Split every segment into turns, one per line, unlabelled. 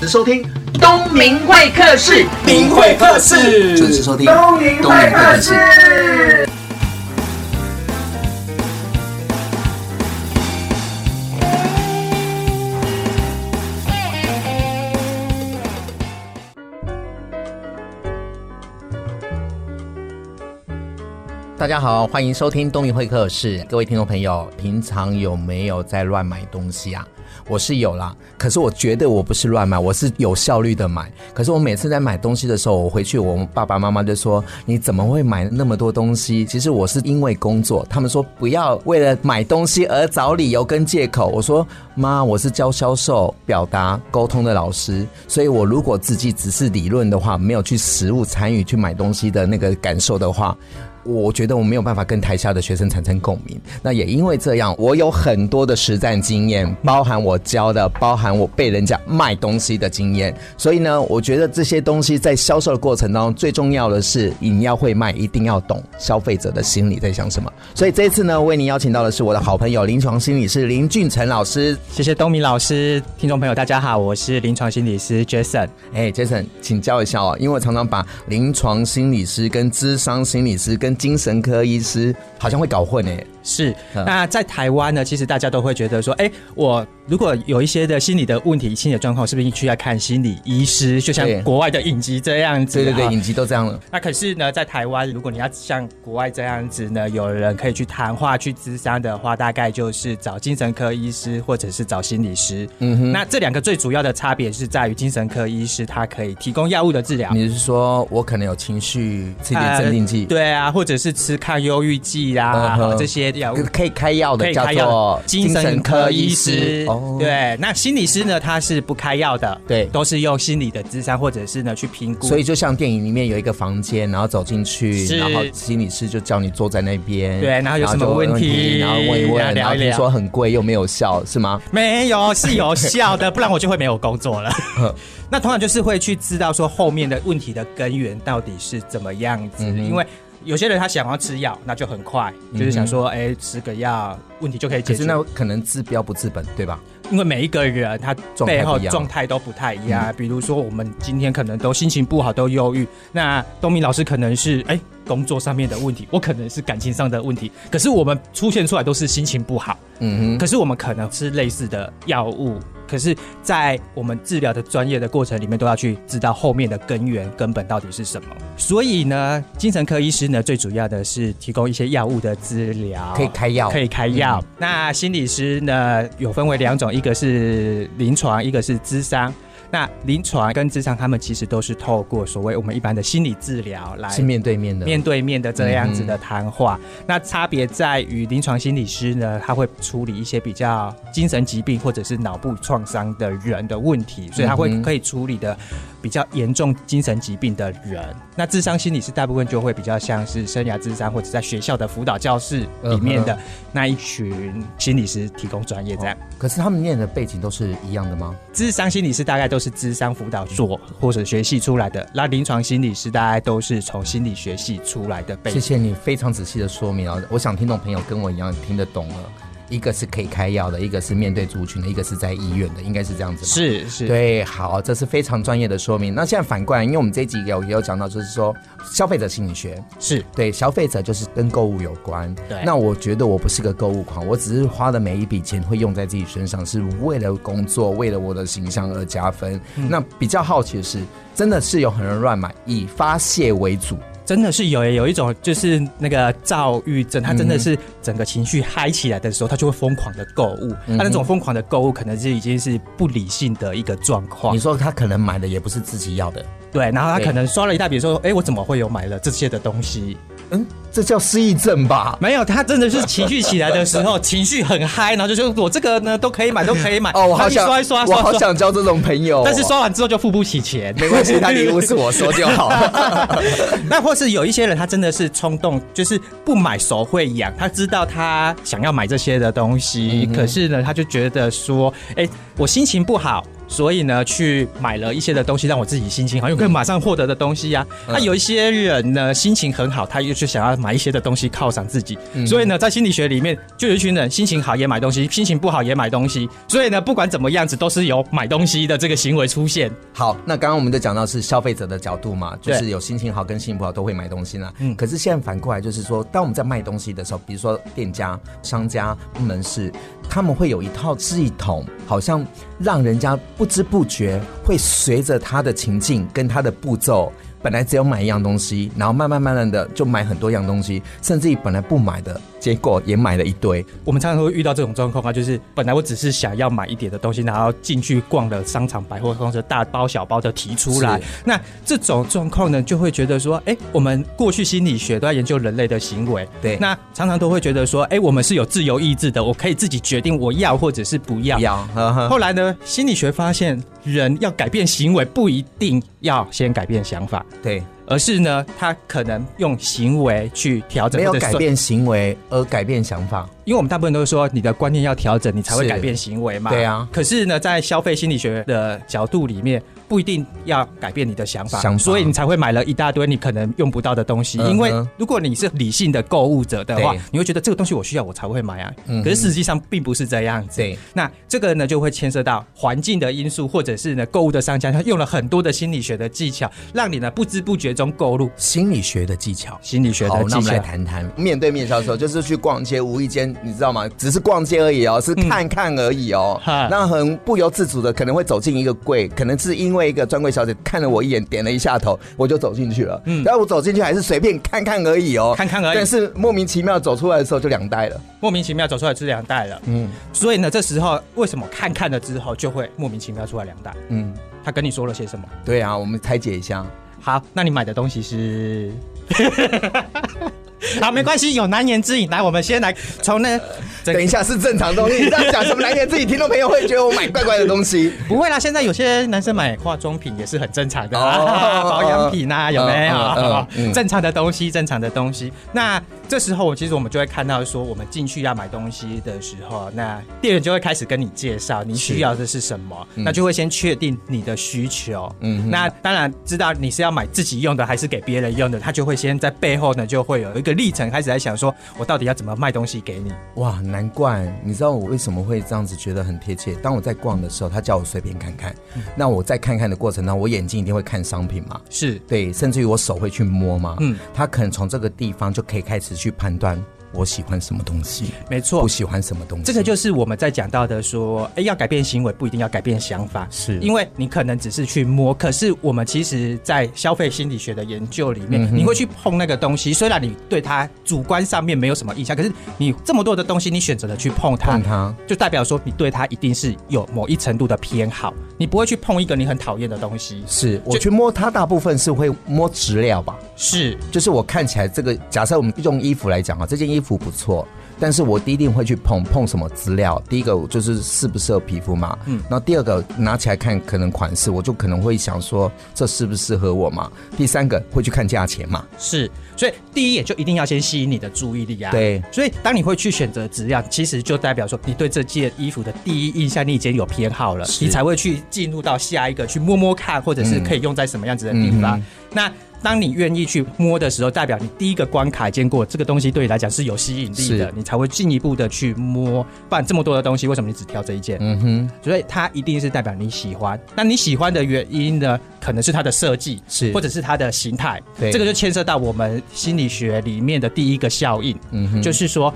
时收听东明会客室，
明会客
准时
室，
收听东明会客室。
大家好，欢迎收听东明会客室。各位听众朋友，平常有没有在乱买东西啊？我是有啦，可是我觉得我不是乱买，我是有效率的买。可是我每次在买东西的时候，我回去我爸爸妈妈就说：“你怎么会买那么多东西？”其实我是因为工作，他们说不要为了买东西而找理由跟借口。我说：“妈，我是教销售、表达、沟通的老师，所以我如果自己只是理论的话，没有去实物参与去买东西的那个感受的话，我觉得我没有办法跟台下的学生产生共鸣。那也因为这样，我有很多的实战经验，包含我教的，包含我被人家卖东西的经验。所以呢，我觉得这些东西在销售的过程当中，最重要的是你要会卖，一定要懂消费者的心理在想什么。所以这一次呢，为您邀请到的是我的好朋友临床心理师林俊成老师。
谢谢东明老师，听众朋友大家好，我是临床心理师 Jason。
哎，Jason，请教一下哦，因为我常常把临床心理师、跟智商心理师、跟精神科医师好像会搞混哎。
是，
嗯
那在台湾呢，其实大家都会觉得说，哎、我如果有一些的心理的问题、心理的状况，是不是需要看心理医师？就像
对
国外的影集这样子、
对对对，
哈
影集都这样了。
那可是呢，在台湾，如果你要像国外这样子呢，有人可以去谈话、去咨商的话，大概就是找精神科医师或者是找心理师。嗯哼，那这两个最主要的差别是在于精神科医师他可以提供药物的治疗。
你是说我可能有情绪，吃一点镇定剂、
呃对啊，或者是吃抗忧郁剂啊、
嗯哼
这些药物
可，可以开药
可
的
以
叫
开药
做
的。精神科医师，
哦，
对，那心理师呢，他是不开药的，
对
都是用心理的智商或者是呢去评估。
所以就像电影里面有一个房间，然后走进去，
是
然后心理师就叫你坐在那边，
对啊然后有什么
就问
问题
然后问一
然后
问，然
聊
后
一
听
聊
说很贵又没有效，是吗？
没有是有效的，不然我就会没有工 作了
呵。
那通常就是会去知道说后面的问题的根源到底是怎么样子，
嗯哼
因为有些人他想要吃药，那就很快，就是想说，哎、吃个药问题就可以
嗯可
解
是
决。
那可能治标不治本，对吧？
因为每一个人他
状态
背后
不一样嗯
状态都不太一样，啊比如说我们今天可能都心情不好，都忧郁。那东明老师可能是哎、工作上面的问题，我可能是感情上的问题，可是我们出现出来都是心情不好，
嗯哼，
可是我们可能吃类似的药物，可是，在我们治疗的专业的过程里面，都要去知道后面的根源根本到底是什么。所以呢，精神科医师呢，最主要的是提供一些药物的治疗，
可以开药，
可以开药。嗯那心理师呢，有分为两种，一个是临床，一个是咨商。那临床跟咨商，他们其实都是透过所谓我们一般的心理治疗来
是面对面的，
面对面的嗯这样子的谈话。那差别在于临床心理师呢，他会处理一些比较精神疾病或者是脑部创伤的人的问题，所以他
嗯
会
哼
可以处理的比较严重精神疾病的人。那智商心理师大部分就会比较像是生涯智商或者在学校的辅导教室里面的嗯那一群心理师提供专业这样。
可是他们念的背景都是一样的吗？
智商心理师大概都是智商辅导所或者学系出来的，那临床心理师大概都是从心理学系出来的背
谢
景。
谢你非常仔细的说明啊，我想听众朋友跟我一样听得懂了。一个是可以开药的，一个是面对族群的，一个是在医院的，应该是这样子吧？
是是，
对，好，这是非常专业的说明。那现在反过来，因为我们这一集有也有讲到，就是说消费者心理学，
是
对，消费者就是跟购物有关。
对
那我觉得我不是个购物狂，我只是花的每一笔钱会用在自己身上，是为了工作，为了我的形象而加分。那比较好奇的是，真的是有很多人乱买，以发泄为主。
真的是有诶，有一种就是那个躁郁症，他真的是整个情绪嗨起来的时候，他就会疯狂的购物。
嗯
他、那种疯狂的购物，可能是已经是不理性的一个状况
你。说他可能买的也不是自己要的，
对，然后
嗯
他
对
可能刷了一大笔，说：“哎，我怎么会有买了这些的东西
嗯，这叫失忆症吧？”？
没有，他真的是情绪起来的时候，情绪很嗨，然后就说：“我这个呢都可以买，都可以买。”
哦，我好想
然后一刷一刷
我
刷
好
一刷，
想交这种朋友哦、
但是刷完之后就付不起钱。
没关系，他礼物是我收就 好。
那或是有一些人，他真的是冲动，就是不买手会痒。他知道他想要买这些的东西，可是呢，他就觉得说，哎、我心情不好，所以呢，去买了一些的东西，让我自己心情好，因为可以马上获得的东西呀、那、有一些人呢，心情很好，他又去想要买一些的东西犒赏自己。所以呢，在心理学里面，就有一群人心情好也买东西，心情不好也买东西。所以呢，不管怎么样子，都是有买东西的这个行为出现。
好，那刚刚我们就讲到是消费者的角度嘛，就
对
是有心情好跟心情不好都会买东西呢。
嗯
可是现在反过来就是说，当我们在卖东西的时候，比如说店家、商家、门市，他们会有一套系统，好像让人家不知不觉会随着他的情境跟他的步骤。本来只有买一样东西，然后慢慢慢慢的就买很多样东西，甚至于本来不买的，结果也买了一堆。
我们常常会遇到这种状况啊，就是本来我只是想要买一点的东西，然后进去逛了商场、百货公司，大包小包的提出来
是。
那这种状况呢，就会觉得说，哎、我们过去心理学都在研究人类的行为，
对
那常常都会觉得说，哎、我们是有自由意志的，我可以自己决定我要或者是不要。
要，呵呵
后来呢，心理学发现，人要改变行为不一定要先改变想法，
对，
而是呢，他可能用行为去调整，
没有
或者
改
说
变行为而改变想法。
因为我们大部分都是说你的观念要调整，你才会
是
改变行为嘛。
对啊
可是呢，在消费心理学的角度里面，不一定要改变你的想法，
想法
所以你才会买了一大堆你可能用不到的东西。
嗯哼
因为如果你是理性的购物者的话
对，
你会觉得这个东西我需要，我才会买啊。
嗯哼
可是实际上并不是这样子。
对，
那这个呢，就会牵涉到环境的因素，或者是呢购物的商家，他用了很多的心理学的技巧，让你呢不知不觉中购入
心理学的技巧。
心理学
好
的，
那
技
我们来
巧。
谈谈面对面销售，就是去逛街，无意间你知道吗？只是逛街而已哦，是
嗯
看看而已哦。
哈
那很不由自主的，可能会走进一个柜，可能是因为一个专柜小姐看了我一眼，点了一下头，我就走进去了。嗯，然后我走进去还是随便看看而已哦，
看看而已
但是莫名其妙走出来的时候就两呆了。
莫名其妙走出来吃两袋了。
嗯
所以呢，这时候为什么看看了之后就会莫名其妙出来两袋？
嗯，
他跟你说了些什么？
对啊，我们拆解一下。
好，那你买的东西是？ 好，没关系，有难言之隐。来，我们先来从那，整
等一下是正常东西，你这样讲什么来源？自己听众朋友会觉得我买怪怪的东西。
不会啦，现在有些男生买化妆品也是很正常的、啊，
哦
保养品啊，有没有？
嗯 嗯嗯嗯
正常的东西，正常的东西。那这时候，我其实我们就会看到说，我们进去要买东西的时候，那店员就会开始跟你介绍你需要的是什么，那就会先确定你的需求。
嗯哼
嗯，那当然知道你是要买自己用的还是给别人用的，他就会先在背后呢就会有一个历程，开始在想说我到底要怎么卖东西给你。
哇，难怪！你知道我为什么会这样子觉得很贴切？当我在逛的时候，他叫我随便看看，
嗯
那我在看看的过程当中，我眼睛一定会看商品嘛，
是，
对，甚至于我手会去摸嘛，嗯
嗯，
他可能从这个地方就可以开始去判断我喜欢什么东西，
没错，
不喜欢什么东西。
哦这个就是我们在讲到的说，哎，要改变行为不一定要改变想法，
是
因为你可能只是去摸，可是我们其实，在消费心理学的研究里
嗯
面，你会去碰那个东西，虽然你对它主观上面没有什么印象，可是你这么多的东西，你选择了去碰它，
碰它
就代表说你对它一定是有某一程度的偏好，你不会去碰一个你很讨厌的东西，
是我去摸它，大部分是会摸质料吧，
是
就是我看起来这个，假设我们用衣服来讲啊，这件衣服不错，但是我一定会去碰碰什么资料。第一个就是适不适合皮肤嘛，嗯，然后第二个拿起来看可能款式，我就可能会想说这适不适合我嘛。第三个会去看价钱嘛，
是，所以第一眼就一定要先吸引你的注意力啊。
对
所以当你会去选择质量，其实就代表说你对这件衣服的第一印象你已经有偏好了，
是
你才会去进入到下一个去摸摸看，或者是可以用在什么样子的地方。
嗯
那当你愿意去摸的时候，代表你第一个关卡经过，这个东西对你来讲是有吸引力的
是，
你才会进一步的去摸。不然这么多的东西，为什么你只挑这一件？
嗯哼，
所以它一定是代表你喜欢。那你喜欢的原因呢，可能是它的设计，
是
或者是它的形态。
对
这个就牵涉到我们心理学里面的第一个效应，
嗯哼，
就是说。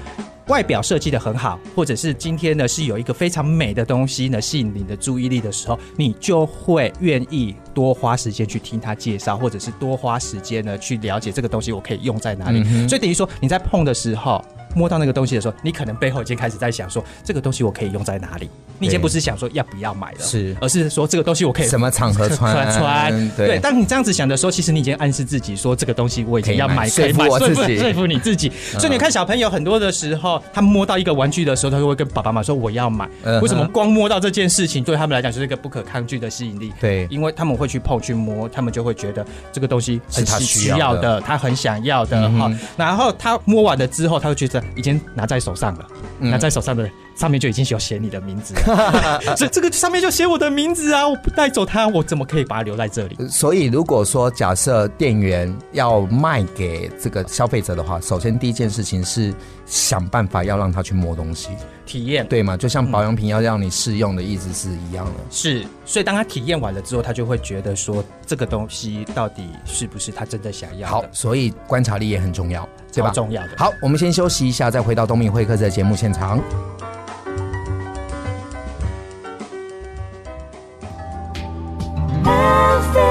外表设计的很好，或者是今天呢是有一个非常美的东西呢吸引你的注意力的时候，你就会愿意多花时间去听他介绍，或者是多花时间呢去了解这个东西我可以用在
嗯
哪里。所以等于说你在碰的时候，摸到那个东西的时候，你可能背后已经开始在想说这个东西我可以用在哪里，你已经
对
不是想说要不要买了，
是
而是说这个东西我可 以
什么场合穿
穿穿。对，
对。
当你这样子想的时候，其实你已经暗示自己说这个东西我已经要买，
可
可
以
以
买
买，
说服我
说
自己嗯
服说服你自己。所以你看小朋友很多的时候，他摸到一个玩具的时候，他就会跟爸爸妈妈说我要买
嗯哼。
为什么光摸到这件事情对他们来讲就是一个不可抗拒的吸引力？
对
因为他们会去碰去摸，他们就会觉得这个东西
是
很
他需
需
要
要
的
的，他很想要的
嗯
哈
哼。嗯
然后他摸完了之后，他会觉得已经拿在手上了，拿在手上的上面就已经有写你的名字 了，所以这个上面就写我的名字啊！我不带走它，我怎么可以把它留在这里？
所以，如果说假设店员要卖给这个消费者的话，首先第一件事情是想办法要让他去摸东西，
体验
对吗？就像保养品要让你试用的意思是一样的。
嗯是，所以当他体验完了之后，他就会觉得说这个东西到底是不是他真的想要的？
好，所以观察力也很重要，对吧
超？重要的。
好，我们先休息一下，再回到东明会客室的节目现场。
FM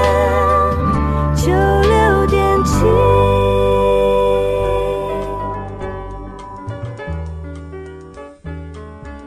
九六点七。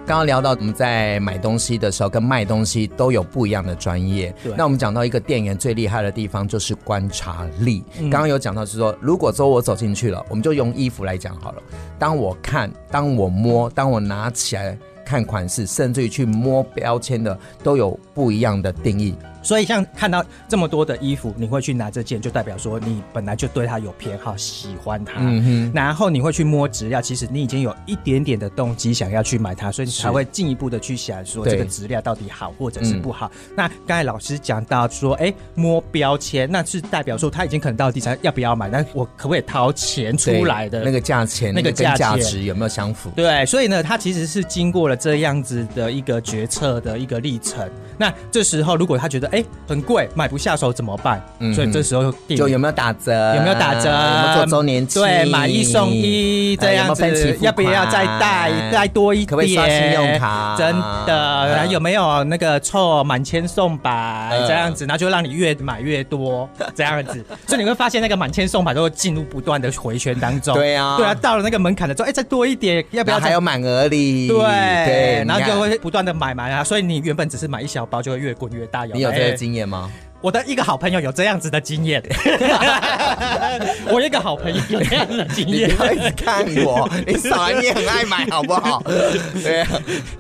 刚刚聊到我们在买东西的时候跟卖东西都有不一样的专业。
对
那我们讲到一个店员最厉害的地方就是观察力。
嗯
刚刚有讲到是说，如果说我走进去了，我们就用衣服来讲好了。当我看，当我摸，当我拿起来看款式，甚至于去摸标签的，都有不一样的定义。
所以像看到这么多的衣服，你会去拿这件，就代表说你本来就对它有偏好，喜欢它。
嗯
然后你会去摸质料，其实你已经有一点点的动机想要去买它，所以你才会进一步的去想说
对嗯
这个质量到底好或者是不好。那刚才老师讲到说，哎，摸标签，那是代表说他已经可能到底想要不要买，但我可不可以掏钱
对
出来的
那个价钱，
那个
跟
价
价
钱
值有没有相符？
对，所以呢，他其实是经过了这样子的一个决策的一个历程。那这时候，如果他觉得哎、诶很贵，买不下手怎么办？
嗯
所以这时候店
就有
员
没有打折？
有没有打折？
有没有做周年庆？
对，买一送一
呃
这样子，
有没有分期付
要不要再带
款
带多一点？
可不可以刷信用卡
真
嗯
的，然后有没有那个凑满千送百
嗯
这样子？然后就让你越买越多这 样子，所以你会发现那个满千送百都会进入不断的回圈当中。
对啊
对啊，到了那个门槛的时候，哎，再多一点，要不
然
要
后还
再
有满额礼，
对，
对，
然后
你看
就会不断的买买啊，所以你原本只是买一小包，就会越滚越大。有
你有
没
这个经验吗？
我的一个好朋友有这样子的经 验，我有一个好朋友有这样子的经
你
验。
不要一直看我， 你少来，你很爱买，好不好？ 对啊。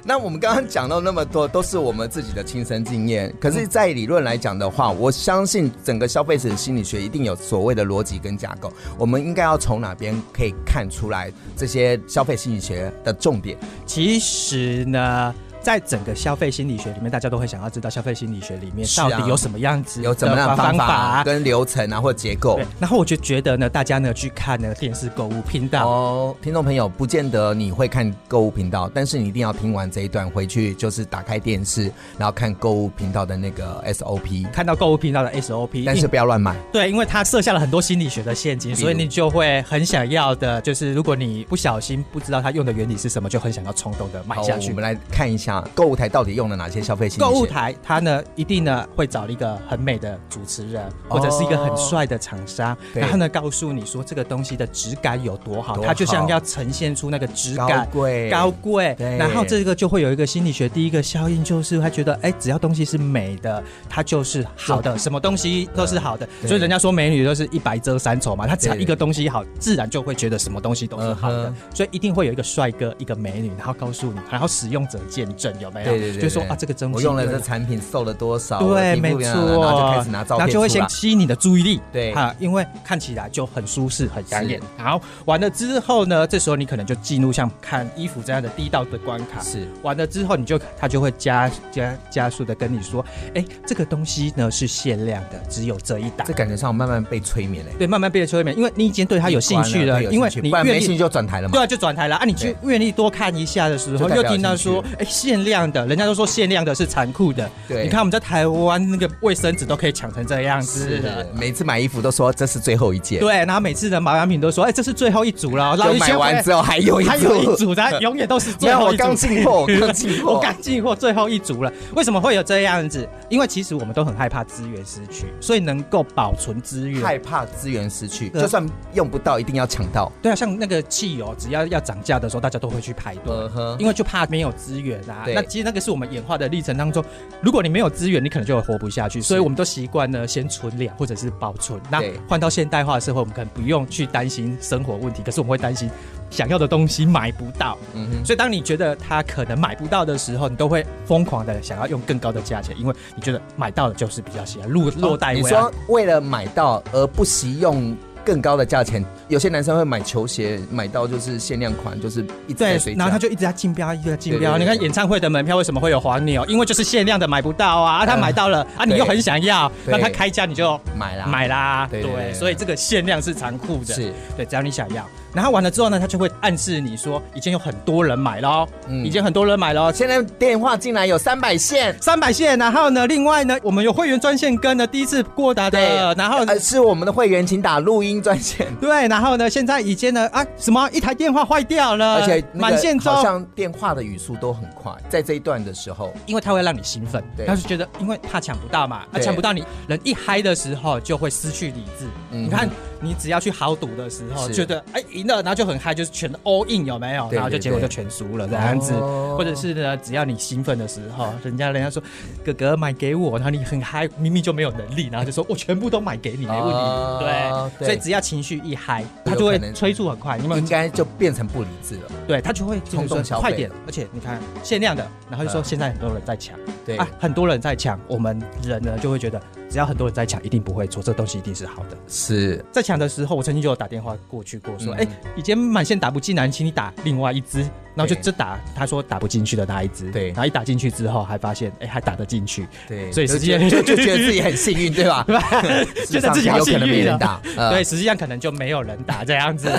那我们刚刚讲到那么多，都是我们自己的亲身经验。可是，在理论来讲的话，我相信整个消费者心理学一定有所谓的逻辑跟架构。我们应该要从哪边可以看出来这些消费心理学的重点？
其实呢。在整个消费心理学里面，大家都会想要知道消费心理学里面
是啊
到底有什么样子、
有怎么样的方
方
法
法。
跟流程啊，或结构
对？，然后我就觉得呢，大家呢去看呢电视购物频道，
哦，听众朋友，不见得你会看购物频道，但是你一定要听完这一段，回去就是打开电视，然后看购物频道的那个 SOP，
看到购物频道的 SOP，
但是不要乱买。
对，因为它设下了很多心理学的陷阱，
如
所以你就会很想要的，就是如果你不小心不知道它用的原理是什么，就很想要冲动的买
好，
下
我
去
们。来看一下购物台到底用了哪些消费心理
购
学
物台它呢一定呢会找一个很美的主持人，或者是一个很帅的厂商，
哦对
然后呢告诉你说这个东西的质感有多好，
多
它就
好
想要呈现出那个质
高
感。
贵
高贵，
对
然后这个就会有一个心理学第一个效应，就是他觉得，哎，只要东西是美的，它就是好的，什么东西都是好的，
对
所以人家说美女都是一白遮三丑嘛，她只要
对
一个东西好，自然就会觉得什么东西都是好的
嗯，
所以一定会有一个帅哥，一个美女，然后告诉你，然后使用者见证有没有？
对对对，
就说
对
啊，这个东西
我用了
对
这产品瘦了多少？我的
对，
皮
没
肤变
错，
了然后就开始拿照片
然后就会
出来
先吸引你的注意力，
对
啊，因为看起来就很舒适、很养眼。好，完了之后呢，这时候你可能就进入像看衣服这样的第一道的关卡。
是
完了之后，你就他就会加加加速的跟你说，哎，这个东西呢是限量的，只有这一档
这。感觉上我慢慢被催眠嘞、
对，慢慢变得催眠，因为你已经对他有兴趣了，
对有
因为
兴趣
你
不然没
愿
兴趣
意。
就转台了嘛
对。啊，就转台了啊！你去愿意多看一下的时
就
候，
代表
又听到说
有兴，
哎，限量的，人家都说限量的是残酷的。
对
你看我们在台湾那个卫生纸都可以抢成这样子的。
每次买衣服都说这是最后一件，，
对，然后每次的保养品都说，哎，这是最后一组了，然后
就买完之后还有一
还
组
有一组，它永远都是
没
最
有，
后
我
一组。
刚进货，我刚进货，
我刚进货最后一组了，为什么会有这样子？因为其实我们都很害怕资源失去，所以能够保存资源。
害怕资源失去，
对
就算用不到，一定要抢到。
对啊，像那个汽油，只要要涨价的时候，大家都会去排队。
嗯哼
因为就怕没有资源啊。
对
那其实那个是我们演化的历程当中，如果你没有资源，你可能就会活不下去。所以我们都习惯呢，先存粮或者是保存。那
对
换到现代化的社会，我们可能不用去担心生活问题，可是我们会担心想要的东西买不到。
嗯哼，
所以当你觉得它可能买不到的时候，你都会疯狂的想要用更高的价钱，因为你觉得买到了就是比较喜欢，落落袋
哦
啊
你
为安
说。为了买到而不惜用更高的价钱。有些男生会买球鞋，买到就是限量款，就是一直在啊追
对，
加
然后他就一直在竞标，一直在竞标。
对对对
你看演唱会的门票为什么会有黄牛？因为就是限量的买不到啊，啊他买到了啊，你又很想要，
对
那他开价你就
买啦
买啦，
对对对
对，
对
所以这个限量是残酷的，
是
对，只要你想要。然后完了之后呢，他就会暗示你说已经有很多人买喽，
嗯
已经很多人买喽。哦
现在电话进来有三百线，
三百线，然后呢，另外呢，我们有会员专线跟呢第一次过达的，啊然后
呃是我们的会员，请打录音专线，
对，然后呢，现在已经呢啊什么一台电话坏掉
而
了，
且那个
呃满线
好
中，
像电话的语速都很快，在这一段的时候，
因为它会让你兴奋，
对
他就觉得因为怕抢不到嘛，啊
对
抢不到你人一嗨的时候就会失去理智。
嗯
你看你只要去豪赌的时候，
是
觉得哎赢了，然后就很嗨，就是全 all in 有没有？
对
然后就
对
结果
对
就全输了这样子，
哦
或者是呢，只要你兴奋的时候，人家人家说哥哥买给我，然后你很嗨，明明就没有能力，然后就说我全部都买给你，没问题。
哦
对，
对
所以只要情绪一嗨，
有
他就会
可能
催促很快。你们
应该就变成不理智了。
对他就会
冲动消费
快点，而且你看限量的，然后就说
嗯
现在很多人在抢。
对，
啊，很多人在抢，我们人呢就会觉得，只要很多人在抢，一定不会错，这东西一定是好的。
是
在抢的时候，我曾经就有打电话过去过，说，
嗯
哎、已经满线打不进来，请你打另外一只，然后就
对
只打，他说打不进去的那一只，
对
然后一打进去之后，还发现，哎、还打得进去，
对，
所以
就
实际上
觉就就觉得自己很 幸运，对吧？
觉得自己好
有可
幸
能没
运
人
啊。
打，呃
对，实际上可能就没有人打这 样子。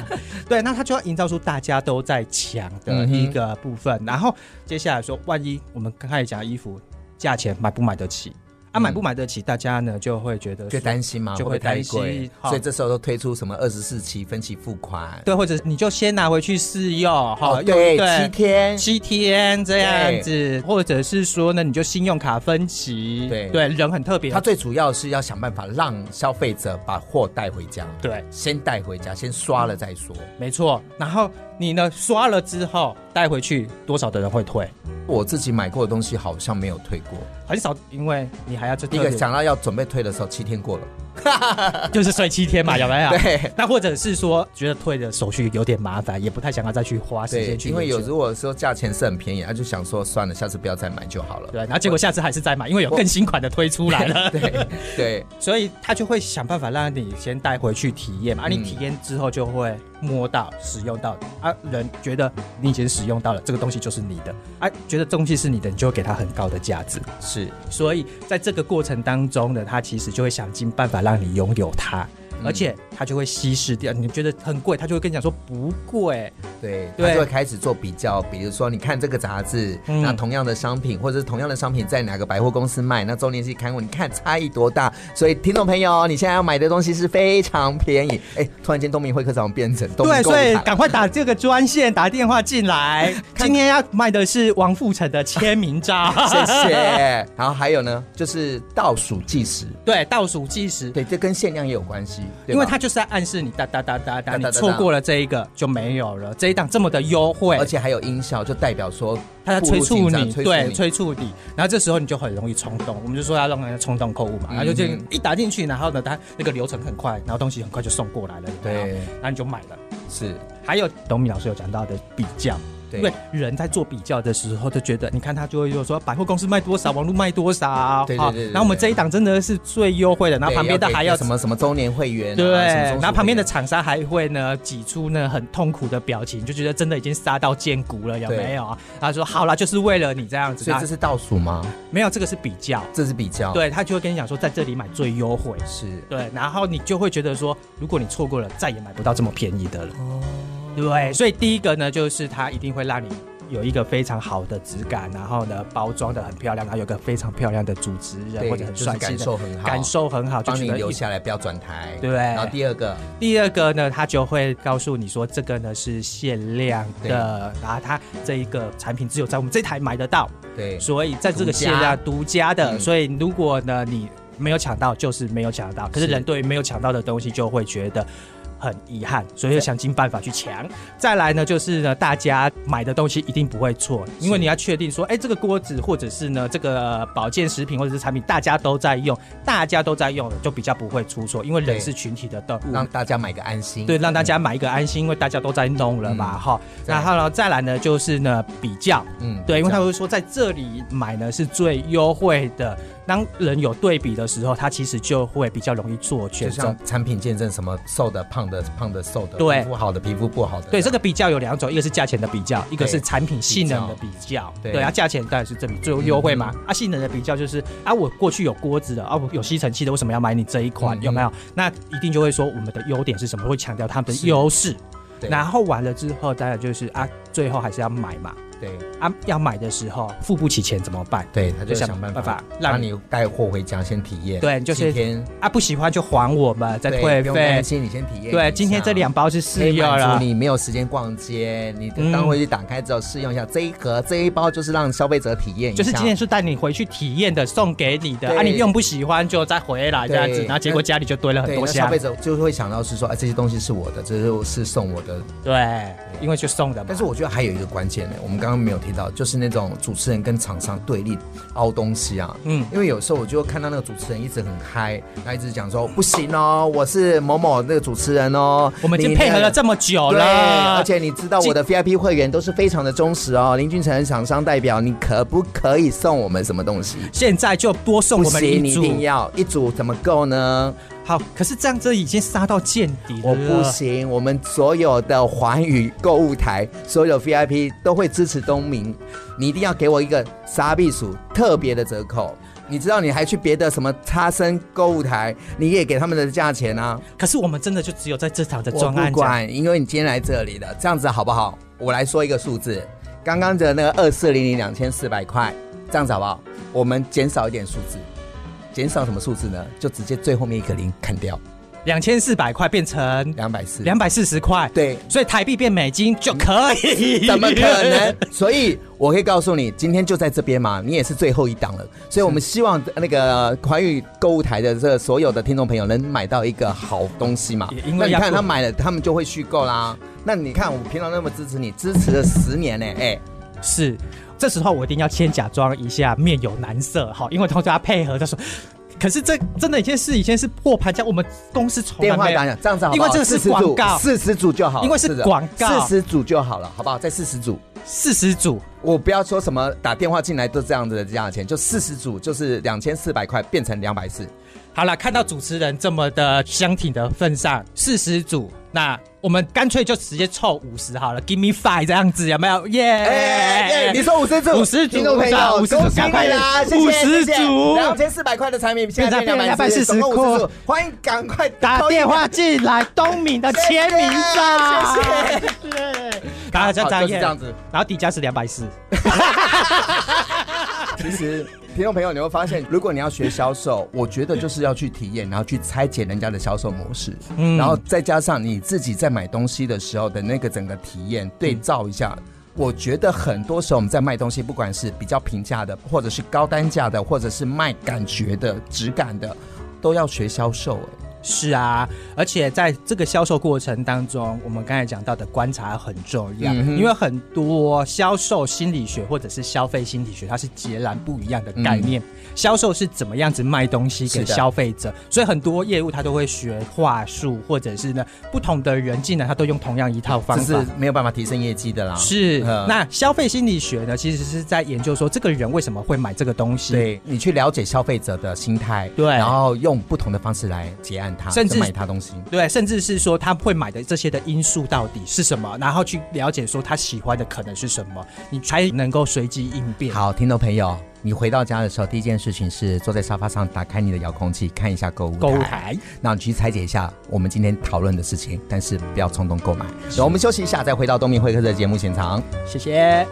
对，那他就要营造出大家都在抢的一个部分。然后接下来说，万一我们刚开始讲衣服价钱买不买得起啊，
嗯
买不买得起，大家呢就会觉得
就
说
担心嘛，会
就
不
会
会太
担心
贵，
哈
所以这时候都推出什么二十四期分期付款，
对，或者你就先拿回去试用哈，
哦，
用
对，
对
七天，
七天这样子，或者是说呢，你就信用卡分期，
对
对，人很特别，
他最主要是要想办法让消费者把货带回家，
对，
先带回家，先刷了再说。
没错。然后你呢刷了之后带回去，多少的人会退？
我自己买过的东西好像没有退过，
很少，因为你还要这
第一个想到要准备退的时候，七天过了，
就是睡七天嘛，有没有？
对。
那或者是说，觉得退的手续有点麻烦，也不太想要再去花时
对
间，去
因为
研
有
究
如果说价钱是很便宜，他就想说算了，下次不要再买就好了。
对，然后结果下次还是再买，因为有更新款的推出来 了，
对对，
所以他就会想办法让你先带回去体验嘛。啊，你
嗯
体验之后就会摸到、使用到啊，人觉得你已经使用到了这个东西就是你的啊，觉得这东西是你的，你就会给它很高的价值。
是
所以在这个过程当中呢，他其实就会想尽办法让你拥有它，而
嗯
且他就会稀释掉。你觉得很贵，他就会跟你讲说不贵，
对，
对
他就会开始做比较，比如说你看这个杂志，
嗯
那同样的商品或者是同样的商品在哪个百货公司卖，那周年庆刊物你看差异多大？所以听众朋友，你现在要买的东西是非常便 宜。哎，突然间东明会客长变成东明
对，
购物
所以
台
赶快打这个专线，打电话进来。 今天要卖的是王富成的签名照，
谢谢。然后还有呢，就是倒数计时，
对，倒数计时。
对，这跟限量也有关系，对
因为
吧
它就是在暗示你哒哒哒哒哒，
哒哒
你
哒
错过了这一个就没有了。这一档这么的优惠，
而且还有音效，就代表说
它在
步入
催促
紧张
你，
催促
对，
你
催促你。然后这时候你就很容易冲动，我们就说要让人家冲动购物嘛。然后就
嗯
一打进去，然后呢，它那个流程很快，然后东西很快就送过来了，有没有
对
然后你就买了。
是
还有董敏老师有讲到的比较，
对
因为人在做比较的时候，就觉得你看他就会有说百货公司卖多少，网络卖多少，
对对
啊
对对对
然后我们这一档真的是最优惠的，然后
对
旁边的
给
还要
什。么什么周年会员啊，
对，
什么中
然后
枢
旁边
会
的
员
厂商还会呢挤出呢很痛苦的表情，就觉得真的已经杀到见骨了，有
对
没有啊？他说好啦，就是为了你这样子，
所以
那
这是哦倒数吗？
没有这个是比较，
这是比较，，
对他就会跟你讲说在这里买最优惠，
是。
对，然后你就会觉得说，如果你错过了，再也买不到这么便宜的了。
哦
对，所以第一个呢，就是它一定会让你有一个非常好的质感，然后呢，包装的很漂亮，然后有个非常漂亮的主持人
对
或者很
就是
帅气的，
感受很好
感受很好，就
帮
觉
你
得
留
一
下来，不要转台。
对
然后第二个，
第二个呢，它就会告诉你说，这个呢是限量
对
的，然后它这一个产品只有在我们这台买得到，
对，
所以在这个限量独家的，
嗯
所以如果呢你没有抢到，就是没有抢到。可是
是
人对于没有抢到的东西就会觉得。很遗憾，所以要想尽办法去抢。再来呢，就是呢，大家买的东西一定不会错，因为你要确定说，哎、这个锅子或者是呢这个保健食品或者是产品，大家都在用，大家都在用的，就比较不会出错，因为人
对
是群体的动物
让，大家买个安心。
对，让大家买一个安心，因为大家都在弄了
嗯
嘛，哈、然后呢，再来呢，就是呢比较，
嗯，嗯
对，因为他
这样
会说在这里买呢是最优惠的，当人有对比的时候，他其实就会比较容易做
就
选择
像。产品见证什么瘦的、胖的、胖的、瘦的，
对
皮肤好的、皮肤不好的，
对，这
个
个比较有两种，一个是价钱的比较，一个是产品性能的比较。
对嗯
对啊，价钱当然是这笔最优惠嘛。啊，性能的比较就是啊，我过去有锅子的啊，我有吸尘器的，为什么要买你这一款？
嗯
有没有？那一定就会说我们的优点是什么，会强调他们的优势。
对
然后完了之后，当然就是啊，最后还是要买嘛。
对
啊，要买的时候付不起钱怎么办？
对，他就
就想
想办
办
法
法
让
让
你带货回家先体验，
对就是
几天
啊，不喜欢就还我们，再
对
退
不用担
费。
心，你先体验一下。
对，今天这两包是
可
试
以
用
满
了
足。你没有时间逛街，你
嗯
当回去打开之后试用一下这一盒这一包，就是让消费者体验一下。
就是今天是带你回去体验的，送给你的
对
啊，你用不喜欢就再回来这样子，
对
然后结果家里就堆了很
对，那
啊多
消
箱
费，者就会想到是说，哎，这些东西是我的，这就是送我
嗯
的。
对，因为就送的嘛。
但是我觉得还有一个关键呢，我们刚刚没有提到，就是那种主持人跟厂商对立凹东西啊。
嗯，
因为有时候我就看到那个主持人一直很嗨，他一直讲说不行哦，我是某某那个主持人哦，
我们已经
你
配合了这么久
对，
了，
而且你知道我的 VIP 会员都是非常的忠实哦。林俊成厂商代表，你可不可以送我们什么东西？
现在就多送
不
我们
行，你
一
一
组。
定要一组怎么够呢？
好，可是这样这已经杀到见底了。
我不行，我们所有的环宇购物台，所有 VIP 都会支持东明，你一定要给我一个沙避暑特别的折扣。你知道，你还去别的什么差生购物台，你也给他们的价钱啊？
可是我们真的就只有在这场的
我
专
不
案讲，
管，因为你今天来这里了，这样子好不好？我来说一个数字，刚刚的那个二四零零两千四百块，这样子好不好？我们减少一点数字，减少什么数字呢？就直接最后面一个零砍掉，
两千四百块变成
两百四，
两百四十块，
对
所以台币变美金就可 以。
怎么可能？？所以我可以告诉你，今天就在这边嘛，你也是最后一档了。所以我们希望呃那个环宇购物台的这所有的听众朋友能买到一个好东西嘛
也。因为
那你
要
看
做
他买了，他们就会续购啦。那你看我平常那么支持你，支持了十年呢、哎、
是，这时候我一定要先假装一下面有难色，好，因为同学他配合他说，可是这真的已经是以前是破盘价，我们公司从来
电话
没
打
有
讲，这样子好不好？
因为这个是广告
四十组就好了，
因为是广告
四十组就好了，好不好？在四十组。
四十组，
我不要说什么打电话进来都这样子的价钱，就四十组就是两千四百块变成两百四，
好了，看到主持人这么的相挺的份上，四十组，那我们干脆就直接凑五十好了，Give me five 这样子有没有？耶、
哎哎，你说五十组，
五十组
听众朋友，
五十组
恭喜你啦，谢谢
五十组
两千四百块的产品，现在变两
变
百
成
四，
240
总共五十组
块，
欢迎赶快
打电话进来，东敏的签名照，
谢谢
谢谢，大家
好
张
就是
燕
这样子，
然后底价是两百四，
其实。听众朋友，你会发现，如果你要学销售，我觉得就是要去体验，然后去拆解人家的销售模式，
嗯
然后再加上你自己在买东西的时候的那个整个体验对照一下。
嗯
我觉得很多时候我们在卖东西，不管是比较平价的，或者是高单价的，或者是卖感觉的、质感的，都要学销售、哎
是啊，而且在这个销售过程当中，我们刚才讲到的观察很重要，
嗯哼
因为很多销售心理学或者是消费心理学，它是截然不一样的概念。销售是怎么样子卖东西
嗯是
给
的
消费者，所以很多业务他都会学话术，或者是呢不同的人进来，他都用同样一套方
哎这
法
是。没有办法提升业绩的啦。
是，
嗯
那消费心理学呢，其实是在研究说这个人为什么会买这个东西，
对你去了解消费者的心态，
对
然后用不同的方式来结案他，
甚至
就卖他东西。
对，甚至是说他会买的这些的因素到底是什么，然后去了解说他喜欢的可能是什么，你才能够随机应变。，
好，听众朋友，你回到家的时候，第一件事情是坐在沙发上，打开你的遥控器，看一下购物
购物台，
那你去拆解一下我们今天讨论的事情，但是不要冲动购买。然后我们休息一下，再回到东明会客的节目现场。
谢谢。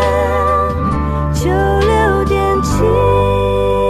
FM 九六点七。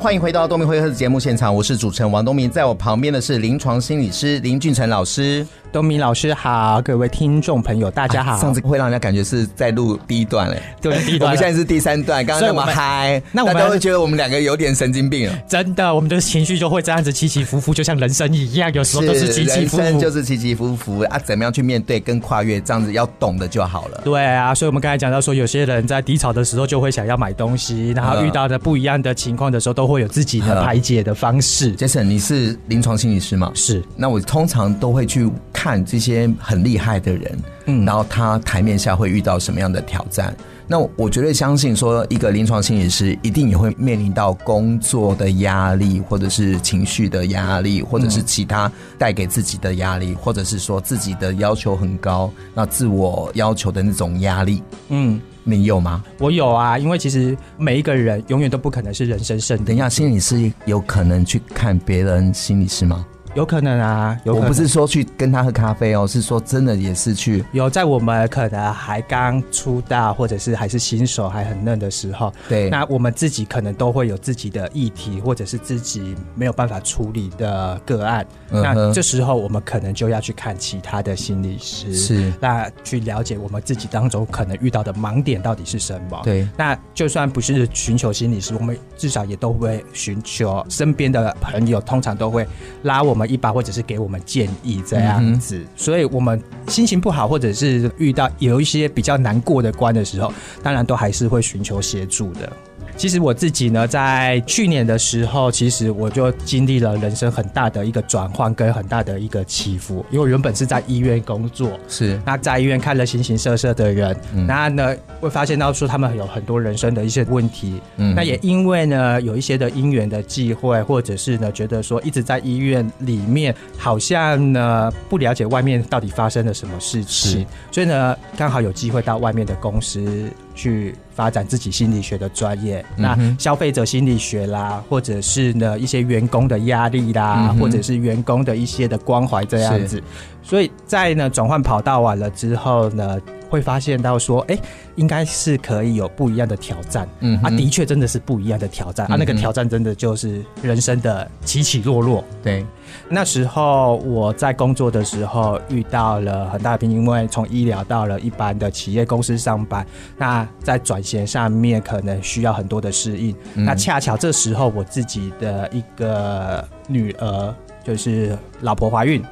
欢迎回到东明会客的节目现场，我是主持人王东明，在我旁边的是临床心理师林俊成老师。
东明老师好，各位听众朋友大家好。
哎上次会让人家感觉是在录第一段嘞，
对第一
我
段
们现在是第三段，刚刚那么
所以我们
嗨，
那我们
大家会觉得我们两个有点神经病了。
真的，我们的情绪就会这样子起起伏伏，就像人生一样，有时候都是起起
人
伏伏。
生就是起起伏伏啊，怎么样去面对跟跨越，这样子要懂的就好了。
对啊，所以我们刚才讲到说，有些人在低潮的时候就会想要买东西，然后
嗯
遇到的不一样的情况的时候，都会有自己的
嗯
排解的方式。
Jason，你是临床心理师吗？
是，
那我通常都会去看这些很厉害的人，嗯，然后他台面下会遇到什么样的挑战。那我我绝对相信说，一个临床心理师一定也会面临到工作的压力，或者是情绪的压力，或
嗯
者是其他带给自己的压力，或者是说自己的要求很高，那自我要求的那种压力，
嗯，
你有吗？
我有啊，因为其实每一个人永远都不可能是人生胜
等
利，
一下，心理师有可能去看别人心理师吗？
有可能啊，有可
我
能
不是说去跟他喝咖啡哦，是说真的也是去
有在我们可能还刚出道，或者是还是新手还很嫩的时候，
对
那我们自己可能都会有自己的议题，或者是自己没有办法处理的个案。
嗯哼
那这时候我们可能就要去看其他的心理师，
是
那去了解我们自己当中可能遇到的盲点到底是什么。
对
那就算不是寻求心理师，我们至少也都会寻求身边的朋友，通常都会拉我们一把，或者是给我们建议这样子。
嗯
所以，我们心情不好，或者是遇到有一些比较难过的关的时候，当然都还是会寻求协助的。其实我自己呢，在去年的时候，其实我就经历了人生很大的一个转换跟很大的一个起伏，因为我原本是在医院工作，
是
那在医院看了形形色色的人，
嗯
那呢会发现到说他们有很多人生的一些问题。
嗯
那也因为呢有一些的因缘的忌讳，或者是呢觉得说一直在医院里面，好像呢不了解外面到底发生了什么事情
是，
所以呢刚好有机会到外面的公司去发展自己心理学的专业。
嗯
那消费者心理学啦，或者是呢一些员工的压力啦，
嗯哼
或者是员工的一些的关怀这样子。所以在呢转换跑道完了之后呢，会发现到说，哎、应该是可以有不一样的挑战。
嗯哼
啊，的确真的是不一样的挑战、啊，那个
嗯哼
挑战真的就是人生的起起落落。
对，
那时候我在工作的时候遇到了很大的瓶颈，因为从医疗到了一般的企业公司上班，那在转型上面可能需要很多的适应。
嗯
那恰巧这时候我自己的一个女儿，就是老婆怀孕，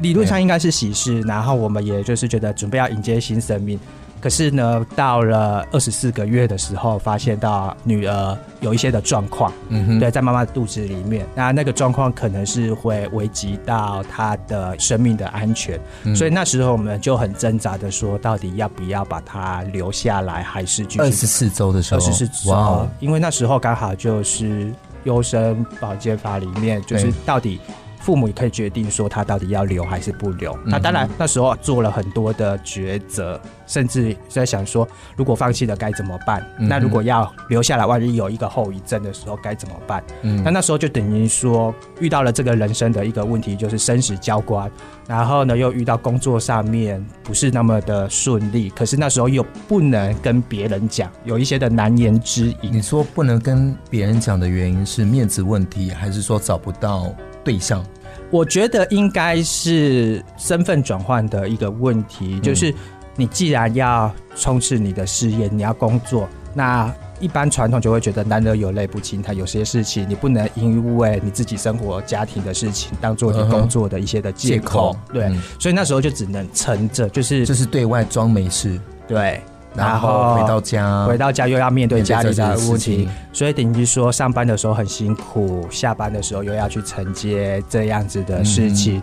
理论上应该是喜事，然后我们也就是觉得准备要迎接新生命。可是呢，到了二十四个月的时候，发现到女儿有一些的状况，
嗯哼，
对，在妈妈的肚子里面，那那个状况可能是会危及到她的生命的安全，
嗯
所以那时候我们就很挣扎的说，到底要不要把她留下来，还是继
二
续
十四周的时
二
候，
十四
哇
周
哦，，
因为那时候刚好就是优生保健法里面，就是
对
到底父母可以决定说他到底要留还是不留。那
嗯
当然那时候做了很多的抉择，甚至在想说，如果放弃了该怎么办？
嗯哼
那如果要留下来，万一有一个后遗症的时候该怎么办？
嗯
那那时候就等于说遇到了这个人生的一个问题，就是生死交关。然后呢，又遇到工作上面不是那么的顺利，可是那时候又不能跟别人讲，有一些的难言之隐。
你说不能跟别人讲的原因是面子问题，还是说找不到对象？
我觉得应该是身份转换的一个问题，
嗯
就是你既然要冲刺你的事业，你要工作，那。一般传统就会觉得男儿有泪不轻弹，有些事情你不能因为你自己生活、家庭的事情当做你
嗯哼
工作的一些的借口。
借口
对，
嗯
所以那时候就只能撑着，就是
就是对外装没事，
对，
然后回到家，
回到家又要面对家里的问
啊面对这件事
题
情，
所以等于说上班的时候很辛苦，下班的时候又要去承接这样子的事情。
嗯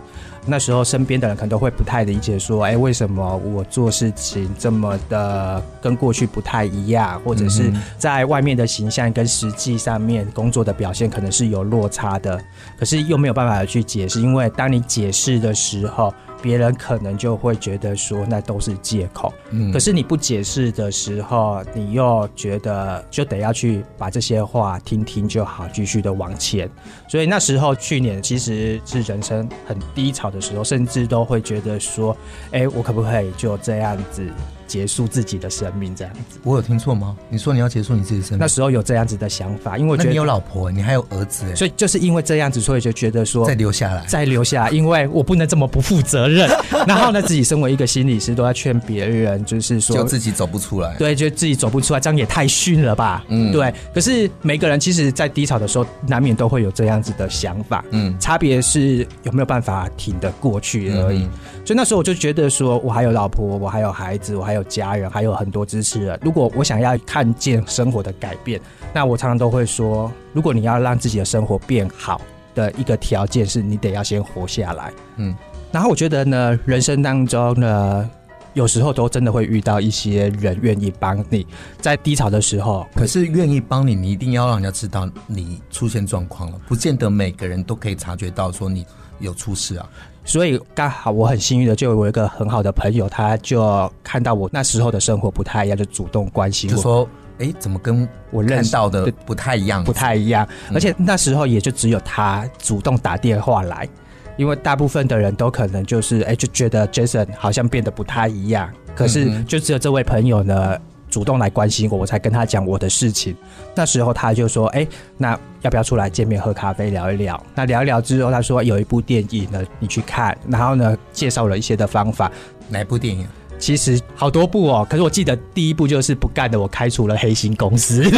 那时候身边的人可能都会不太理解，说：“哎，为什么我做事情这么的跟过去不太一样，或者
嗯
是在外面的形象跟实际上面工作的表现可能是有落差的？”可是又没有办法去解释，因为当你解释的时候，别人可能就会觉得说那都是借口。
嗯
可是你不解释的时候，你又觉得就得要去把这些话听听就好，继续的往前。所以那时候去年其实是人生很低潮的时候，甚至都会觉得说，哎，我可不可以就这样子结束自己的生命这样子。
我有听错吗？你说你要结嗯束你自己的生命，
那时候有这样子的想法，因为我
那
觉
你有
得，
老婆，你还有儿子，哎，
所以就是因为这样子，所以就觉得说
再留下来。
再留下来，因为我不能这么不负 责任。然后呢，自己身为一个心理师，都要劝别人，就是说
就自己走不出来，
对，就自己走不出来，这样也太逊了吧？
嗯
嗯，对。可是每个人其实，在低潮的时候，难免都会有这样子的想法，
嗯
嗯，差别是有没有办法挺得过去而已。
嗯
所以那时候我就觉得说，我还有老婆，我还有孩子，我还有家人，还有很多支持人。如果我想要看见生活的改变，那我常常都会说，如果你要让自己的生活变好的一个条件是你得要先活下来，
嗯
嗯。然后我觉得呢，人生当中呢，有时候都真的会遇到一些人愿意帮你，在低潮的时候，
可是愿意帮你，你一定要让人家知道你出现状况了，不见得每个人都可以察觉到说你有出事啊。
所以刚好我很幸运的，就有一个很好的朋友，他就看到我那时候的生活不太一样，就主动关心
就
我，
说，哎，怎么跟
我认
看
识
到的
对
不太一样？
不太一样，
嗯
而且那时候也就只有他主动打电话来。因为大部分的人都可能就是哎，就觉得 Jason 好像变得不太一样，可
嗯
是就只有这位朋友呢主动来关心我，我才跟他讲我的事情。那时候他就说：“哎、那要不要出来见面喝咖啡聊一聊？”那聊一聊之后，他说哎有一部电影呢，你去看，然后呢介绍了一些的方法。
哪一部电影啊？
其实好多部哦，可是我记得第一部就是不干的，我开除了黑心公司。？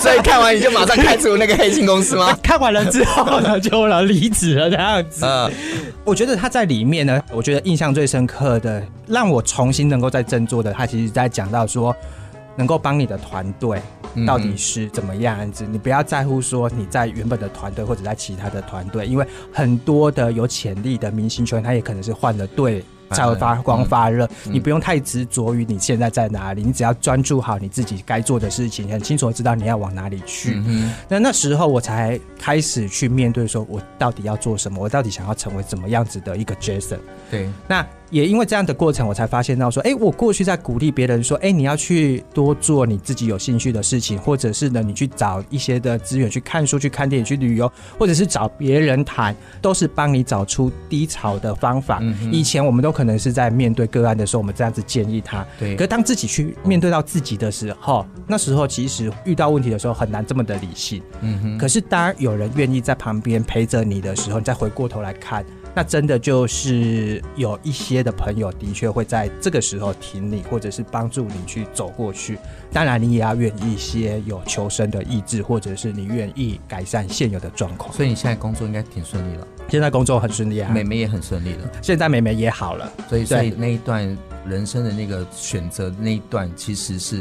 所以看完你就马上开除那个黑心公司 吗
看完了之后呢，就然离职了这样子。
呃，
我觉得他在里面呢，我觉得印象最深刻的，让我重新能够再振作的，他其实在讲到说，能够帮你的团队到底是怎么样子，你不要在乎说你在原本的团队或者在其他的团队，因为很多的有潜力的明星球员，他也可能是换了队。才会发光发热，你不用太执着于你现在在哪里，你只要专注好你自己该做的事情，很清楚地知道你要往哪里去。
嗯
那那时候我才开始去面对，说我到底要做什么，我到底想要成为怎么样子的一个 Jason。
对，
那也因为这样的过程，我才发现到说，哎，我过去在鼓励别人说，哎，你要去多做你自己有兴趣的事情，或者是呢，你去找一些的资源，去看书、去看电影、去旅游，或者是找别人谈，都是帮你找出低潮的方法。以前我们都可能是在面对个案的时候，我们这样子建议他，
对
可当自己去面对到自己的时候，那时候其实遇到问题的时候很难这么的理性。
嗯哼，
可是当有人愿意在旁边陪着你的时候，你再回过头来看，那真的就是有一些的朋友的确会在这个时候挺你，或者是帮助你去走过去。当然，你也要愿意一些有求生的意志，或者是你愿意改善现有的状况。
所以你现在工作应该挺顺利了，
现在工作很顺利啊
妹，妹也很顺利了，
现在妹妹也好了。
所以
对
所以那一段人生的那个选择那一段其实是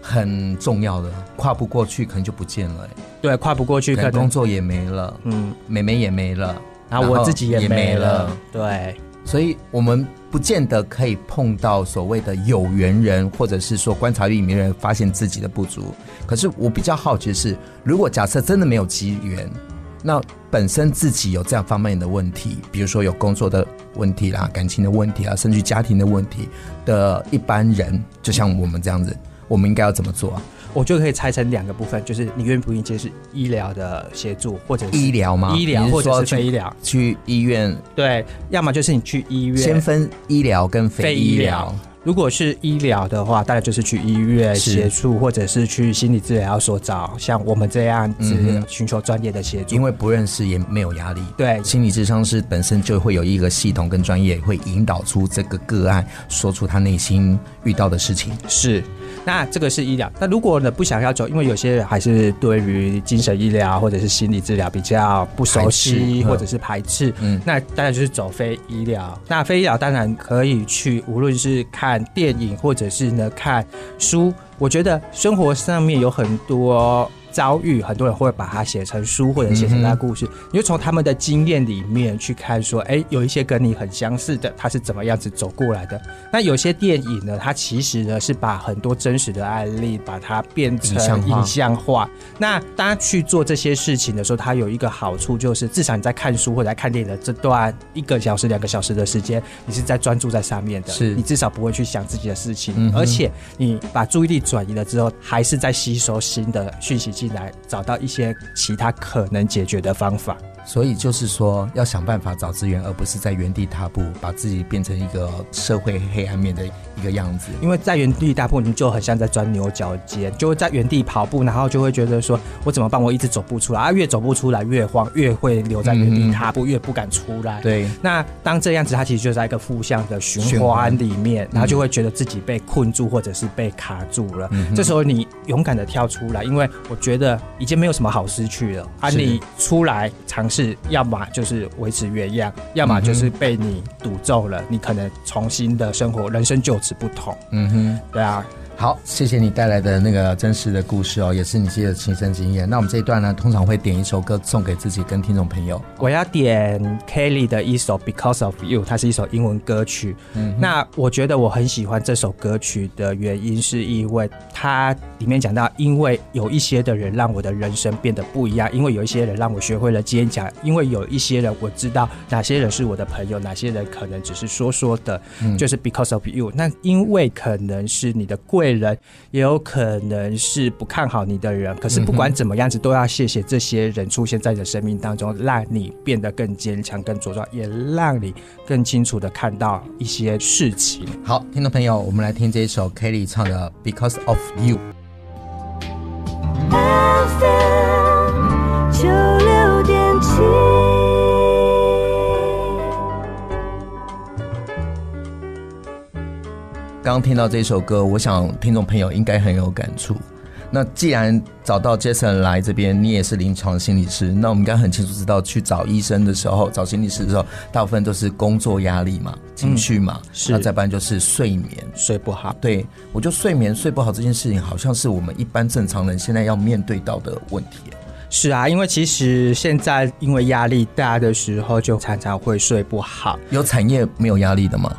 很重要的，跨不过去可能就不见了、哎
对，跨不过去
可
可
能工
能，
作也没了，
嗯，
妹妹也没了，
然后啊我自己也没了。对，
所以我们不见得可以碰到所谓的有缘人，或者是说观察力名人发现自己的不足。可是我比较好奇的是，如果假设真的没有机缘，那本身自己有这样方面的问题，比如说有工作的问题啦、感情的问题啦，啊甚至家庭的问题的一般人，就像我们这
嗯
样子，我们应该要怎么做啊？
我就可以拆成两个部分，就是你愿不愿意接受医疗的协助，或者是
医疗吗？
医疗
你
或
说
者是
去
非医疗。
去医院，
对，要么就是你去医院。
先分医疗跟非
非
医
医
疗
疗。如果是医疗的话，当然就是去医院
是
协助，或者是去心理治疗所找像我们这样子
嗯哼
寻求专业的协助。
因为不认识也没有压力。
对
心理智商师本身就会有一个系统跟专业，会引导出这个个案说出他内心遇到的事情。
是，那这个是医疗。那如果呢不想要走，因为有些人还是对于精神医疗或者是心理治疗比较不熟
排
悉
斥
或者是排斥，
嗯
嗯，那当然就是走非医疗。那非医疗当然可以去，无论是看电影或者是呢看书，我觉得生活上面有很多。遭遇，很多人会把它写成书或者写成他的故
嗯
事，你就从他们的经验里面去看，说，哎，有一些跟你很相似的，他是怎么样子走过来的。那有些电影呢，它其实呢是把很多真实的案例，把它变成
影像化
影像化。那大家去做这些事情的时候，它有一个好处就是，至少你在看书或者在看电影的这段一个小时、两个小时的时间，你是在专注在上面的，
是
你至少不会去想自己的事情，
嗯哼
而且你把注意力转移了之后，还是在吸收新的讯息进来，找到一些其他可能解决的方法。
所以就是说，要想办法找资源，而不是在原地踏步，把自己变成一个社会黑暗面的一个样子。
因为在原地踏步，你就很像在钻牛角尖，就会在原地跑步，然后就会觉得说，我怎么办？我一直走不出来啊，越走不出来越慌，越会留在原地踏步，越不敢出来。。
对，
那当这样子，它其实就在一个负向的循
循
环
环
里面，然后就会觉得自己被困住或者是被卡住了。
嗯哼
这时候你勇敢的跳出来，因为我觉得已经没有什么好失去了啊！
是
你出来尝试，要么就是维持原样，要么就是被
嗯
你赌中了，你可能重新的生活人生就此不同。
嗯哼。
对啊，
好，谢谢你带来的那个真实的故事哦，也是你自己的亲身经验。那我们这一段呢，通常会点一首歌送给自己跟听众朋友。
我要点 Kelly 的一首《Because of You》，它是一首英文歌曲。
嗯哼
那我觉得我很喜欢这首歌曲的原因，是因为它里面讲到，因为有一些的人让我的人生变得不一样，因为有一些人让我学会了坚强，因为有一些人我知道哪些人是我的朋友，哪些人可能只是说说的，
嗯
就是 because of you。那因为可能是你的贵人，也有可能是不看好你的
嗯
人，可是不管怎么样子，都要谢谢这些人出现在你的生命当中，让你变得更坚强、更茁壮，也让你更清楚的看到一些事情。
好，听众朋友，我们来听这一首 Kelly 唱的《Because of You》。
FM 九六点七。
刚刚听到这首歌，我想听众朋友应该很有感触。那既然找到 Jason 来这边，你也是临床心理师，那我们应该很清楚知道，去找医生的时候，找心理师的时候，大部分都是工作压力嘛、情绪嘛，
是
那再不然就是睡眠。
睡不好，
对我就睡眠睡不好这件事情，好像是我们一般正常人现在要面对到的问题。
是啊，因为其实现在因为压力大的时候，就常常会睡不好，
有产业没有压力的吗？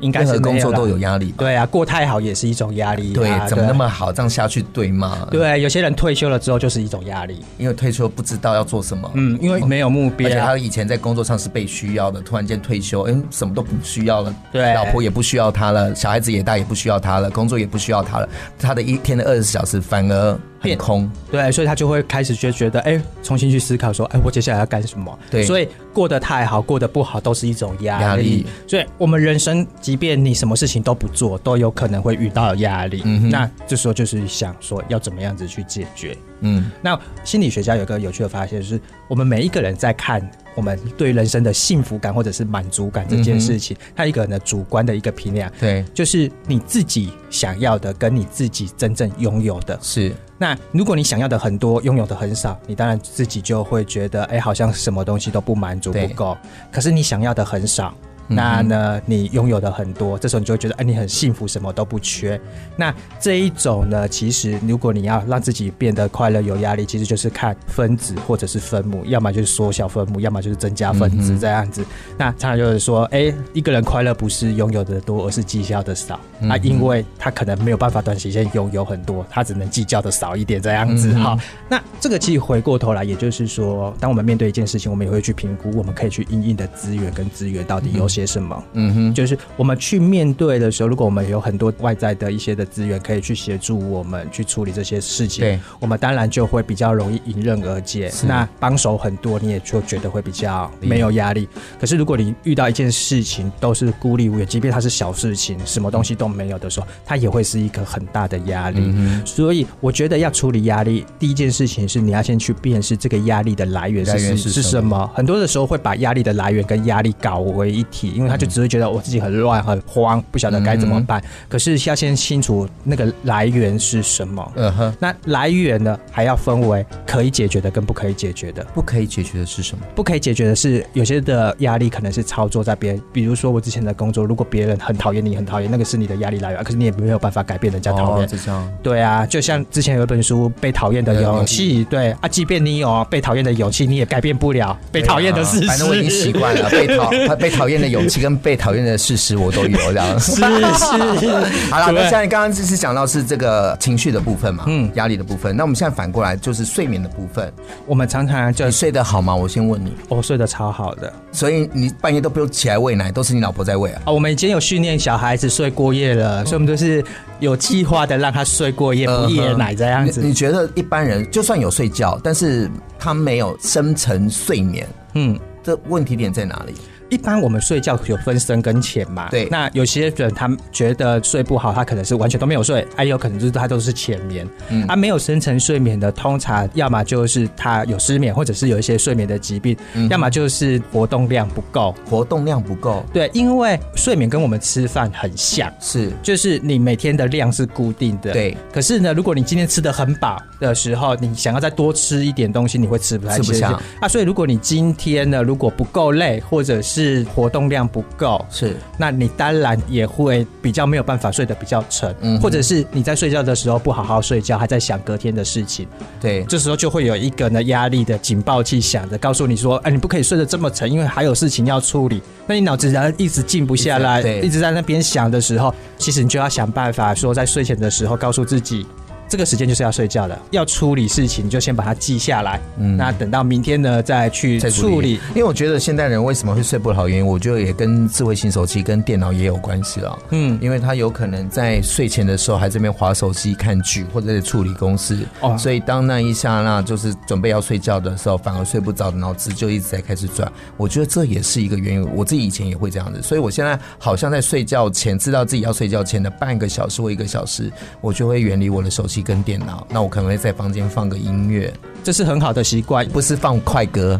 应该
任
是
何
没
工作
啦
都有。压力吧？
对啊，过太好也是一种压力、啊。
对，怎么那么好？这样下去对吗？
对，对？有些人退休了之后就是一种压力。
因为退休不知道要做什么。
嗯，因为没有目标，
而且他以前在工作上是被需要的，突然间退休，嗯，什么都不需要了，
对
老婆也不需要他了，小孩子也大也不需要他了，工作也不需要他了，他的一天的二十小时反而很
变
空，
对，所以他就会开始就觉得，哎、重新去思考说，哎、我接下来要干什么？
对
所以过得太好，过得不好都是一种压力。
压力
所以我们人生，即便你什么事情都不做，都有可能会遇到压力。
嗯哼
那这时候就是想说，要怎么样子去解决？
嗯，
那心理学家有个有趣的发现是，我们每一个人在看我们对人生的幸福感或者是满足感这件事情，它一个人的主观的一个评量，
对，
就是你自己想要的跟你自己真正拥有的
是，
那如果你想要的很多，拥有的很少，你当然自己就会觉得，哎，好像什么东西都不满足
对
不够。可是你想要的很少，那呢，你拥有的很多，这时候你就会觉得，哎，你很幸福，什么都不缺。那这一种呢，其实如果你要让自己变得快乐、有压力，其实就是看分子或者是分母，要么就是缩小分母，要么就是增加分子、这样子。那常常就是说，哎，一个人快乐不是拥有的多，而是计较的少。啊，因为他可能没有办法短时间拥有很多，他只能计较的少一点这样子哈、那这个其实回过头来，也就是说，当我们面对一件事情，我们也会去评估我们可以去应应的资源跟资源到底有些什么。
嗯哼，
就是我们去面对的时候，如果我们有很多外在的一些的资源可以去协助我们去处理这些事情，
对，
我们当然就会比较容易迎刃而解。那帮手很多，你也就觉得会比较没有压力。
嗯
可是如果你遇到一件事情都是孤立无援，即便它是小事情，什么东西都没有的时候，它也会是一个很大的压力。
嗯
所以我觉得要处理压力，第一件事情是你要先去辨识这个压力的来源是
来源
是
是
是
什么
什么。很多的时候会把压力的来源跟压力搞为一体，因为他就只会觉得我自己很乱很慌，不晓得该怎么
嗯
办。可是要先清楚那个来源是什么。
嗯哼，
那来源呢，还要分为可以解决的跟不可以解决的。
不可以解决的是什么？
不可以解决的是，有些的压力可能是操作在别人，比如说我之前的工作，如果别人很讨厌你，很讨厌，那个是你的压力来源，可是你也没有办法改变人家讨厌
哦，。就这样，
对啊，就像之前有一本书《被讨厌的勇气》，对啊，即便你有被讨厌的勇气，你也改变不了被讨厌的事
对啊
实。
反正我已经习惯了被讨被讨厌的勇气跟被讨厌的事实我都有这样。
是是，
好了，
对
那现在刚刚就是讲到是这个情绪的部分嘛，
嗯
嗯，压力的部分。那我们现在反过来就是睡眠的部分，
我们常常就
你呃睡得好吗？我先问你。
我睡得超好的
所以你半夜都不用起来喂奶，都是你老婆在喂啊。
啊，我们已经有训练小孩子睡过夜了，所以我们都是有计划的让他睡过夜，呃不
嗯
夜奶这样
你
子
你。觉得一般人就算有睡觉，但是他没有深层睡眠，
嗯，
这问题点在哪里？
一般我们睡觉有分深跟浅嘛，
对
那有些人他觉得睡不好，他可能是完全都没有睡，还有可能就是他都是浅眠。
嗯
啊，没有深层睡眠的，通常要么就是他有失眠，或者是有一些睡眠的疾病，
嗯
要么就是活动量不够。
活动量不够，
对，因为睡眠跟我们吃饭很像。
是
就是你每天的量是固定的，
对。
可是呢，如果你今天吃的很饱的时候，你想要再多吃一点东西，你会吃不太
吃不下
啊。所以如果你今天呢，如果不够累，或者是活动量不够，
是，
那你当然也会比较没有办法睡得比较沉，
嗯哼
或者是你在睡觉的时候不好好睡觉，还在想隔天的事情，
对，
这时候就会有一个呢压力的警报器响着，告诉你说，哎，你不可以睡得这么沉，因为还有事情要处理。那你脑子然后一直静不下来，
一直对
一直在那边想的时候，其实你就要想办法说，在睡前的时候告诉自己。这个时间就是要睡觉了，要处理事情你就先把它记下来，
嗯
那等到明天呢再去
在
处理。
因为我觉得现代人为什么会睡不好，原因我觉得也跟智慧型手机跟电脑也有关系了。
嗯，
因为他有可能在睡前的时候还这边划手机看剧或者是处理公事，
哦
所以当那一刹那就是准备要睡觉的时候，反而睡不着，脑子就一直在开始转。我觉得这也是一个原因，我自己以前也会这样子，所以我现在好像在睡觉前知道自己要睡觉前的半个小时或一个小时，我就会远离我的手机跟电脑，那我可能会在房间放个音乐，
这是很好的习惯
不是放快 歌。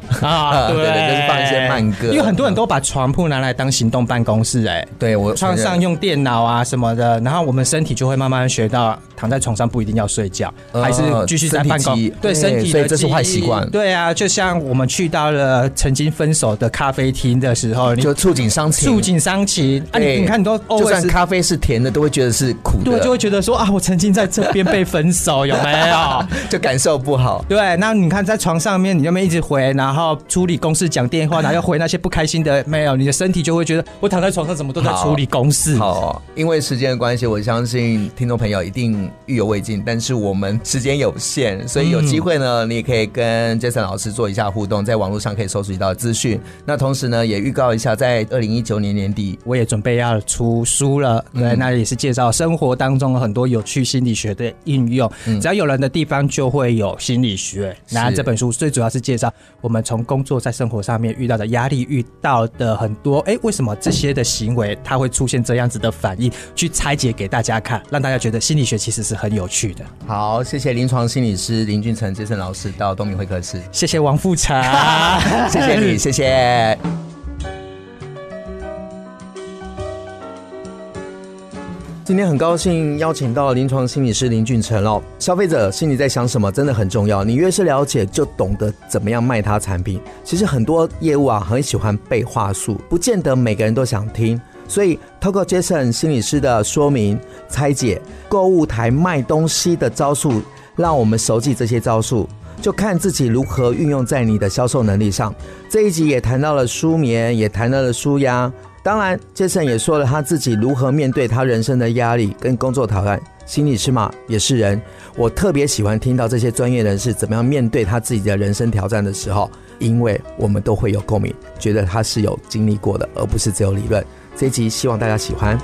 啊
对对就是放一些慢歌
因为很多人都把床铺拿来当行动办公室、哎，
对我
床
承认
上用电脑啊什么的，然后我们身体就会慢慢学到，躺在床上不一定要睡觉，
哦
还是继续在
身
办
体
公
记忆。
对
对
身体的记忆，
所以这是坏习惯
对啊，就像我们去到了曾经分手的咖啡厅的时候，你
就触景伤情，
触景伤情啊，
对
你你看你都
就算
always。
咖啡是甜的，都会觉得是苦的，
对，就会觉得说啊，我曾经在这边被分手，有没有？
就感受不好。
对，那你看在床上面，你那边一直回，然后处理公事、讲电话，然后又回那些不开心的，没有，你的身体就会觉得我躺在床上怎么都在处理公事。
好，因为时间的关系，我相信听众朋友一定意犹未尽，但是我们时间有限，所以有机会呢，你也可以跟 Jason 老师做一下互动，在网络上可以搜索到资讯。那同时呢，也预告一下，在二零一九年年底，
我也准备要出书了，对，那也是介绍生活当中很多有趣心理学的应用，只要有人的地方就会有心理学。那
是
这本书最主要是介绍我们从工作在生活上面遇到的压力，遇到的很多，哎，为什么这些的行为它会出现这样子的反应，去拆解给大家看，让大家觉得心理学其实是很有趣的。
好，谢谢临床心理师林俊成 Jason 老师到东明会客室，
谢谢王富察，
谢谢你，谢谢。今天很高兴邀请到临床心理师林俊成哦。消费者心里在想什么真的很重要，你越是了解，就懂得怎么样卖他产品。其实很多业务啊，很喜欢背话术，不见得每个人都想听。所以，透过 Jason 心理师的说明、拆解购物台卖东西的招数，让我们熟记这些招数，就看自己如何运用在你的销售能力上。这一集也谈到了舒眠，也谈到了舒压。当然，杰森也说了他自己如何面对他人生的压力跟工作挑战。心理师嘛也是人，我特别喜欢听到这些专业人士怎么样面对他自己的人生挑战的时候，因为我们都会有共鸣，觉得他是有经历过的，而不是只有理论。这一集希望大家喜欢。